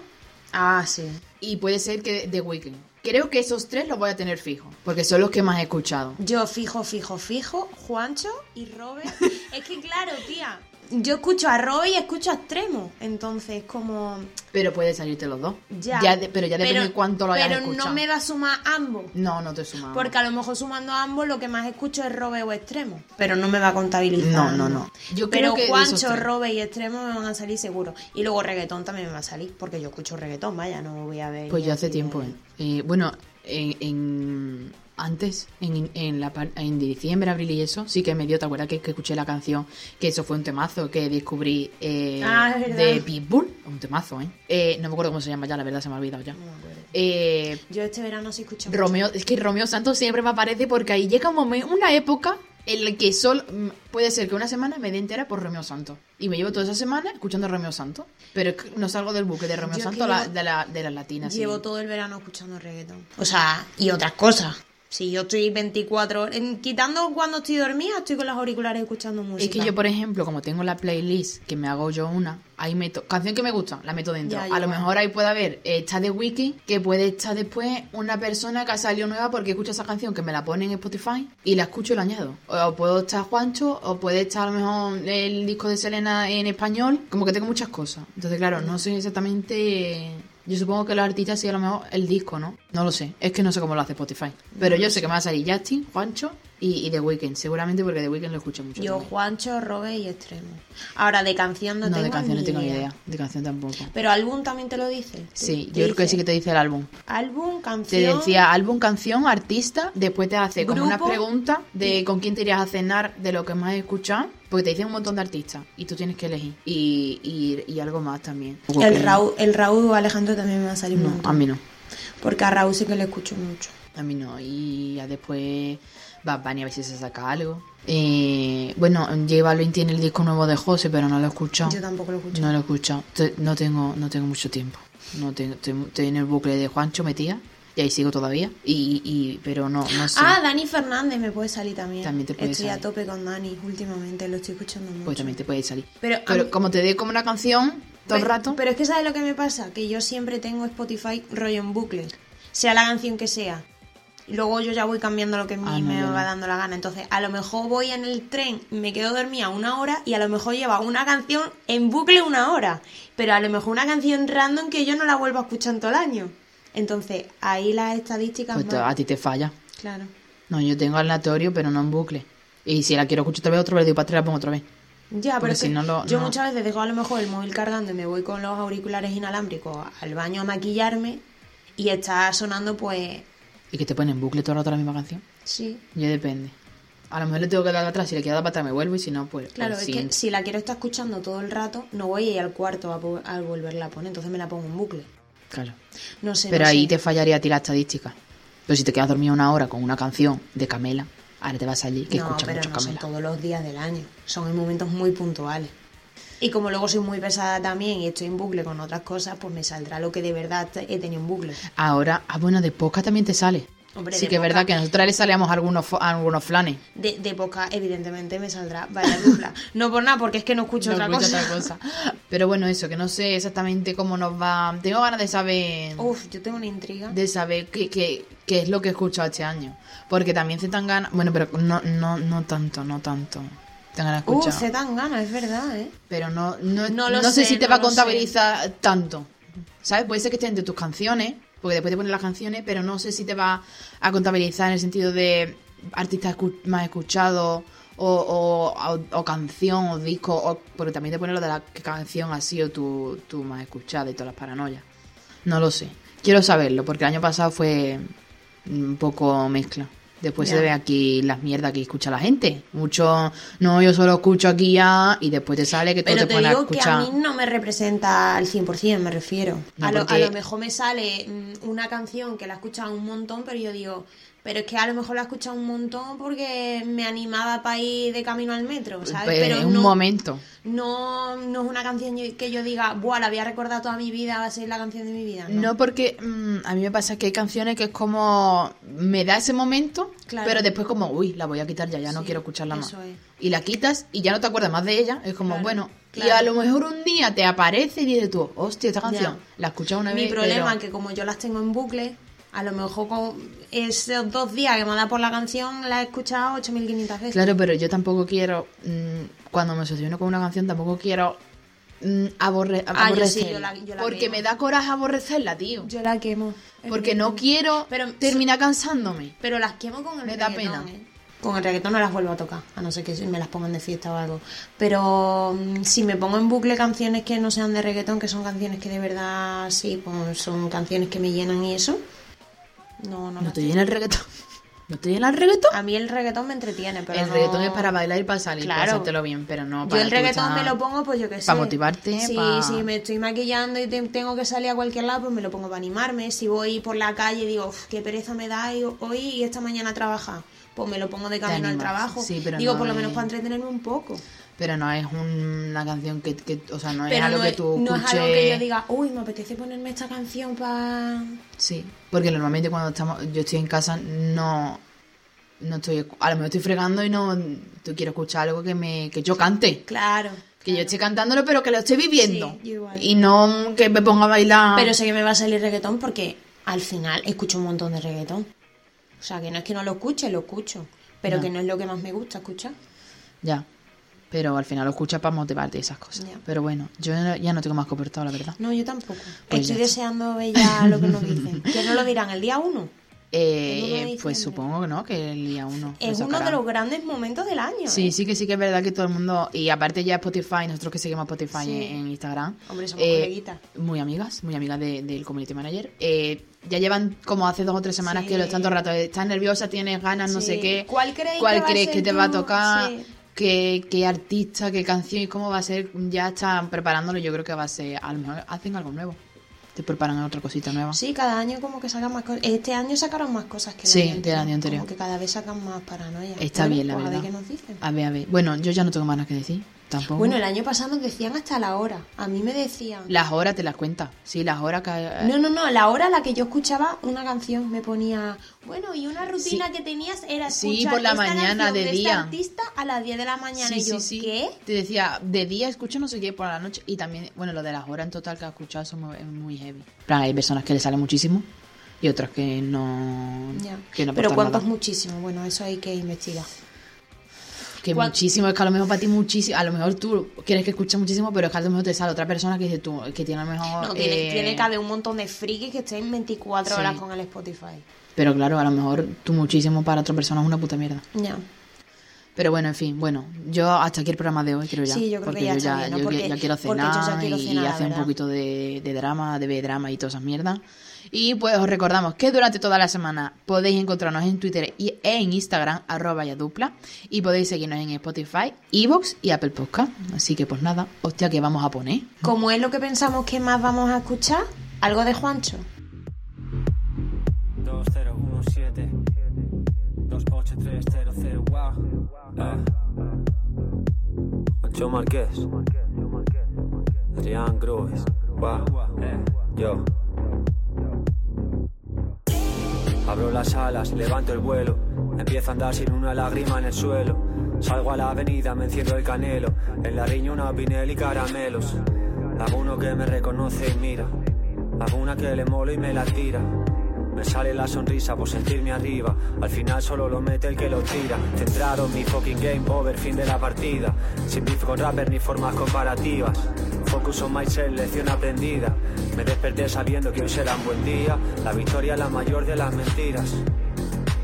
Ah, sí.
y puede ser que The Weeknd. Creo que esos tres los voy a tener fijo, porque son los que más he escuchado.
Yo fijo, fijo, fijo, Juancho y Robert. es que claro, tía, yo escucho a Robert y escucho a Extremo. Entonces, como...
Pero puede salirte los dos.
Ya.
de- pero ya depende de cuánto lo hayas
Pero
escuchado.
no me va a sumar ambos.
No, no te sumamos.
Porque a lo mejor sumando a ambos lo que más escucho es Robe o Extremo. Pero no me va a contabilizar.
No, no, no. Yo creo
pero
que de esos
Juancho,
tres.
Robe y Extremo me van a salir seguro. Y luego reggaetón también me va a salir. Porque yo escucho reggaetón, vaya, no voy a ver.
Pues ya hace
aquí de-
tiempo, ¿eh? Eh, bueno, en, en- antes, en, en, la, par- en diciembre, abril y eso, sí que me dio, ¿te acuerdas que, que escuché la canción? Que eso fue un temazo que descubrí eh,
Ah, es verdad.
de Pitbull. Un temazo, ¿eh? ¿eh? No me acuerdo cómo se llama ya, la verdad se me ha olvidado ya.
No me acuerdo.
Eh,
Yo este verano sí escucho. mucho.
Romeo, es que Romeo Santos siempre me aparece porque ahí llega un momento, una época en la que solo mm, puede ser que una semana me dé entera por Romeo Santos. Y me llevo toda esa semana escuchando Romeo Santos. Pero es que no salgo del buque de Romeo
Yo es que
Santos, la-
llevo-
de, la, de las latinas. sí.
Llevo todo el verano escuchando reggaetón. O sea, y otras cosas. Si yo estoy 24 horas. en- Quitando cuando estoy dormida, estoy con los auriculares escuchando música.
Es que yo, por ejemplo, como tengo la playlist que me hago yo una, ahí meto. Canción que me gusta, la meto dentro.
Ya, yo
a lo
igual.
mejor ahí puede haber esta de Wiki, que puede estar después una persona que ha salido nueva porque escucha esa canción que me la pone en Spotify y la escucho y la añado. O puedo estar Juancho, o puede estar a lo mejor el disco de Selena en español. Como que tengo muchas cosas. Entonces, claro, no sé exactamente. Yo supongo que los artistas sí a lo mejor el disco, ¿no? No lo sé. Es que no sé cómo lo hace Spotify. Pero yo sé que me va a salir Justin, Juancho y, y The Weeknd. Seguramente porque The Weeknd lo escucho mucho.
Yo,
también.
Juancho, Robe y Extremo. Ahora, de canción no,
No,
tengo
de canción
ni
no tengo ni idea. De canción tampoco.
Pero álbum también te lo dice.
Sí, yo creo que sí que te dice el álbum.
Álbum,
Te
canción.
decía álbum, canción, artista. Después te hace como unas
Grupo.
preguntas de con quién te irías a cenar, de lo que más escuchas. Porque te dicen un montón de artistas y tú tienes que elegir. Y, y- y algo más también.
El Raúl, el Raúl Alejandro también me va a salir
No,
un montón.
a mí no.
Porque a Raúl sí que le escucho mucho.
A mí no. Y ya después Bad Bunny a ver si se saca algo. Eh, bueno, J Balvin tiene el disco nuevo de José, pero no lo he escuchado.
Yo tampoco lo escucho.
No lo he escuchado. Te- No tengo, no tengo mucho tiempo. No tengo, te- estoy en el bucle de Juancho metía y ahí sigo todavía. Y, y- pero no, no sé.
Ah, Dani Fernández me puede salir también.
También te puede
Estoy a
salir.
tope con Dani últimamente, lo estoy escuchando mucho.
pues también te puede salir.
Pero
Pero,
a mí-
como te dé como una canción todo el
Pero-
rato.
Pero es que ¿sabes lo que me pasa? Que yo siempre tengo Spotify rollo en bucle, sea la canción que sea. Y Luego yo ya voy cambiando lo que a mí
Ah, no,
me
yo
va
no.
dando la gana. Entonces, a lo mejor voy en el tren, me quedo dormida una hora y a lo mejor lleva una canción en bucle una hora. Pero a lo mejor una canción random que yo no la vuelvo a escuchar en todo el año. Entonces, ahí las estadísticas...
pues
van-
a ti te falla.
Claro.
No, yo tengo aleatorio, pero no en bucle. Y si la quiero escuchar otra vez, otra vez, digo, para atrás, la pongo otra vez.
Ya, pero
Porque
es
si
que
no lo-
yo
no.
muchas veces dejo a lo mejor el móvil cargando y me voy con los auriculares inalámbricos al baño a maquillarme y está sonando pues
Y que te ponen en bucle todo el rato la misma canción.
sí.
Yo depende. A lo mejor le tengo que dar atrás. Si le quiero dar para atrás, me vuelvo. Y si no, pues.
Claro,
pues
es
sin-
que si la quiero estar escuchando todo el rato, no voy a ir al cuarto a, po- a volverla a poner, entonces me la pongo en bucle.
Claro.
No sé.
Pero
no
ahí
sé.
te fallaría a ti la estadística. Pero si te quedas dormido una hora con una canción de Camela, ahora te vas allí que
no,
escucha
pero
mucho
no son
Camela.
todos los días del año, son en momentos muy puntuales. Y como luego soy muy pesada también y estoy en bucle con otras cosas, pues me saldrá lo que de verdad he tenido en bucle.
Ahora, ah, bueno, de podcast también te sale.
Hombre,
Sí
de
que es
poca-
verdad que nosotras le salíamos algunos, fo- algunos flanes.
De, de poca, evidentemente, me saldrá vaya dupla. No por nada, porque es que no escucho
No
otra
escucho
cosa.
otra cosa. Pero bueno, eso, que no sé exactamente cómo nos va... Tengo ganas de saber...
Uf, yo tengo una intriga.
de saber qué, qué, qué es lo que he escuchado este año. Porque también Zetangana... Bueno, pero no, no, no tanto, no tanto. Zetangana he
Uh,
escuchado.
se tan gana, es verdad, ¿eh?
Pero no, no,
No lo
no sé,
sé,
si te
no
va a
lo
contabilizar tanto. ¿Sabes? Puede ser que esté entre tus canciones, porque después te ponen las canciones, pero no sé si te va a contabilizar en el sentido de artistas escu- más escuchados o, o- o- o canción o disco, o, porque también te pone lo de la que canción ha sido tu, tu más escuchada y todas las paranoias. No lo sé. Quiero saberlo, porque el año pasado fue un poco mezcla. Después
Ya.
se ve aquí las mierdas que escucha la gente. Mucho, no, yo solo escucho aquí ya, y después te sale que tú
Pero
te
te
pones a
digo que a
escuchar.
mí no me representa al 100%, me refiero.
No,
a, lo,
porque-
a lo mejor me sale mm, una canción que la he escuchado un montón, pero yo digo, pero es que a lo mejor la he escuchado un montón porque me animaba para ir de camino al metro, ¿sabes?
Pues,
pero
en un
no,
momento.
No, no es una canción yo- que yo diga, Buah, la voy a recordar toda mi vida, va a ser la canción de mi vida. No,
No, porque mm, a mí me pasa que hay canciones que es como. Me da ese momento,
Claro.
pero después, como, uy, la voy a quitar ya, ya no
Sí,
quiero escucharla más.
eso es.
Y la quitas y ya no te acuerdas más de ella. Es como,
Claro,
bueno. Y
claro.
a lo mejor un día te aparece y dices tú, hostia, esta canción
Ya.
la escuchas una
mi
vez.
problema es
pero-
que como yo las tengo en bucle, a lo mejor con esos dos días que me ha dado por la canción la he escuchado 8.500 veces.
Claro, pero yo tampoco quiero, mm, cuando me obsesiono con una canción, tampoco quiero mm, aborre-
Ah, yo sí,
aborrecerla.
yo la- yo la
porque
quemo.
me da coraje aborrecerla, tío.
Yo la quemo.
porque no quiero
Pero-
terminar cansándome.
Pero las quemo con el
Me da
reggaetón.
pena.
¿eh? Con el reggaetón no las vuelvo a tocar, a no ser que me las pongan de fiesta o algo. Pero mm, si me pongo en bucle canciones que no sean de reggaetón, que son canciones que de verdad sí, pues son canciones que me llenan y eso. No, no.
No
las
te
tengo.
llena el reggaetón. No te llena el reggaetón.
A mí el reggaetón me entretiene, Ah, pero
el
no-
reggaetón es para bailar y para salir,
Claro.
para hacértelo bien, pero no
Yo
para
el
tú
reggaetón
estar-
me lo pongo, pues yo qué sé.
pa' motivarte,
Sí,
pa-
sí, me estoy maquillando y te- tengo que salir a cualquier lado, pues me lo pongo para animarme. Si voy por la calle y digo, "Uf, qué pereza me da y- hoy y esta mañana trabajar, pues me lo pongo de camino al
animas,
trabajo.
sí, pero
digo,
no
por lo
es-
menos para entretenerme un poco.
Pero no es una canción que, que- o sea, no es
pero
algo
no,
que
es,
tú
no es
escuches.
algo que yo diga, uy, me apetece ponerme esta canción para.
Sí, porque normalmente cuando estamos, yo estoy en casa, no, no estoy, a lo mejor estoy fregando y no, tú quiero escuchar algo que me, que yo cante,
Claro.
que yo esté cantándolo pero que lo esté viviendo
Sí, yo igual.
y no que me ponga a bailar.
Pero sé que me va a salir reggaetón porque al final escucho un montón de reggaetón. O sea, que no es que no lo escuche, lo escucho. Pero
Ya.
que no es lo que más me gusta escuchar.
Ya, pero al final lo escuchas para motivarte y esas cosas.
Ya.
Pero bueno, yo no- ya no tengo más cobertado, la verdad.
No, yo tampoco.
Pues ya
Estoy
está.
deseando ver ya lo que nos dicen. Que no lo dirán el día 1.
Eh,
El uno de
pues
diciembre.
supongo que no, que el día uno. lo
Es uno
sacarán.
de los grandes momentos del año.
Sí,
¿eh?
sí que sí que es verdad que todo el mundo, y aparte ya Spotify, nosotros que seguimos a Spotify
Sí.
en, en Instagram. eh,
Hombre, somos coleguitas.
Muy amigas, muy amigas de- del community manager. Eh, ya llevan como hace dos o tres semanas
Sí.
que lo están todo el rato. Estás nerviosa, tienes ganas, no
Sí.
sé qué.
¿Cuál creéis que va a
crees
ser
que te va a
tu-
tocar?
sí.
¿Qué, qué artista, qué canción y cómo va a ser? Ya están preparándolo. Yo creo que va a ser. A lo mejor hacen algo nuevo. Te preparan otra cosita nueva.
Sí, cada año como que sacan más cosas. Este año sacaron más cosas que el
Sí,
año
del año anterior.
Como que cada vez sacan más paranoia.
Está
Bueno,
bien, la
pues a ver
verdad. Ah,
qué nos dicen.
A ver, a ver. Bueno, yo ya no tengo más nada que decir. Tampoco.
Bueno, el año pasado nos decían hasta la hora. A mí me decían.
Las horas te las cuentas. Sí, las horas que. eh,
No, no, no, la hora a la que yo escuchaba una canción me ponía, bueno, y una rutina
Sí.
que tenías era
Sí,
escuchar
por la
esta
mañana,
canción
de
este
día.
artista a las 10 de la mañana
Sí,
y yo,
sí, sí.
¿qué?
Te decía, de día escucho no sé qué, por la noche. Y también, bueno, lo de las horas en total que has escuchado son muy, es muy heavy. En plan, hay personas que le salen muchísimo y otras que no.
Ya.
Que no
Pero
aportan
cuánto
nada.
es muchísimo, bueno, eso hay que investigar.
Que
¿Cuán-
muchísimo, es que a lo mejor para ti muchísimo. A lo mejor tú quieres que escuches muchísimo, pero es que a lo mejor te sale otra persona que dice tú, que tiene a lo mejor.
No, tiene,
eh,
tiene que haber un montón de frikis que estén 24
Sí.
horas con el Spotify.
Pero claro, a lo mejor tú muchísimo para otra persona es una puta mierda.
Ya.
Pero bueno, en fin, bueno, yo hasta aquí el programa de hoy creo ya.
Sí, yo creo
porque
que ya
yo
está
ya,
bien, ¿no?
yo
Porque-
ya quiero
porque yo
cenar,
ya quiero
y
cenar, la
hacer un
verdad.
poquito de, de drama, de B-drama y todas esas mierdas. Y pues os recordamos que durante toda la semana podéis encontrarnos en Twitter y en Instagram, arroba y dupla. Y podéis seguirnos en Spotify, Evox y Apple Podcast. Así que pues nada, hostia, ¿qué vamos a poner?
Como es lo que pensamos que más vamos a escuchar, algo de Juancho.
2017 28300 wow eh. Ocho Marqués Adrián Cruz wow eh. yo A Abro las alas, levanto el vuelo. Empiezo a andar sin una lágrima en el suelo. Salgo a la avenida, me enciendo el canelo. En la riña una pinel y caramelos. Alguno que me reconoce y mira. Alguna que le molo y me la tira. Me sale la sonrisa por sentirme arriba. Al final solo lo mete el que lo tira. Centrado en mi fucking game over, fin de la partida. Sin beef con rapper ni formas comparativas. Focus on myself, lección aprendida. Me desperté sabiendo que hoy será un buen día. La victoria es la mayor de las mentiras.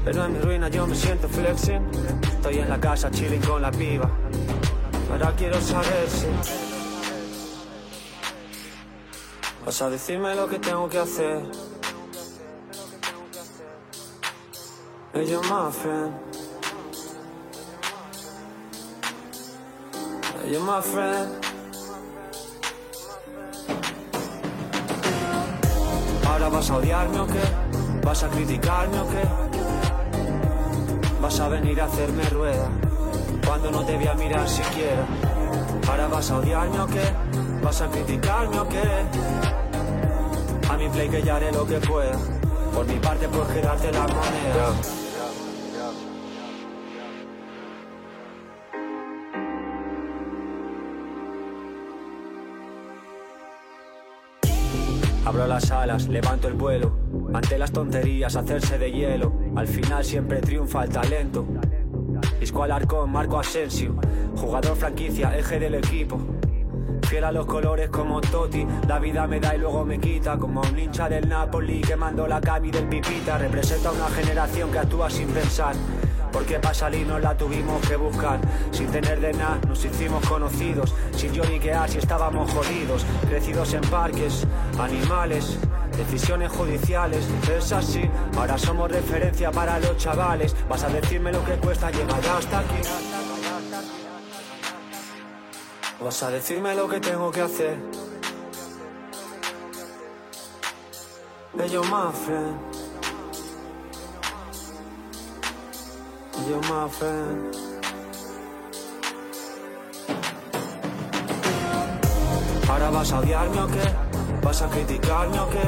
Pero en mi ruina yo me siento flexing. Estoy en la casa chilling con la piba. Ahora quiero saber si. Vas a decirme lo que tengo que hacer. And you're my friend. And You're my friend. Ahora vas a odiarme o qué? Vas a criticarme o qué? Vas a venir a hacerme rueda cuando no te voy a mirar siquiera. Ahora vas a odiarme o qué? Vas a criticarme o qué? A mi play que ya haré lo que pueda. Por mi parte por quedarte la moneda. Abro las alas, levanto el vuelo. Ante las tonterías, hacerse de hielo. Al final siempre triunfa el talento. Isco Alarcón, Marco Asensio. Jugador franquicia, eje del equipo. Fiel a los colores como Totti, la vida me da y luego me quita. Como un hincha del Napoli quemando la cami del Pipita. Representa una generación que actúa sin pensar. Porque para salir nos la tuvimos que buscar. Sin tener de nada nos hicimos conocidos. Sin lloriquear si estábamos jodidos. Crecidos en parques, animales, decisiones judiciales. Es así, ahora somos referencia para los chavales. Vas a decirme lo que cuesta llegar hasta aquí. Vas a decirme lo que tengo que hacer. Ello my friend. You're my friend. Ahora vas a odiarme o qué? Vas a criticarme o qué?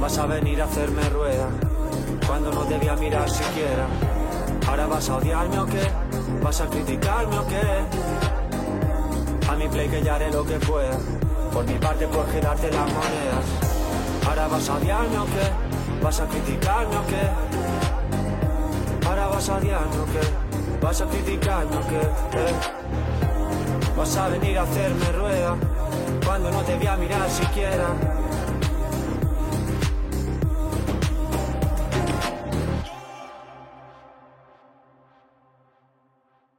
Vas a venir a hacerme rueda cuando no te voy a mirar siquiera. Ahora vas a odiarme o qué? Vas a criticarme o qué? A mi play que ya haré lo que pueda. Por mi parte por quedarte las monedas. Ahora vas a odiarme o qué? Vas a criticarme o qué? Ahora vas a odiarme o qué? Vas a criticarme o qué? eh? Vas a venir a hacerme rueda cuando no te voy a mirar siquiera.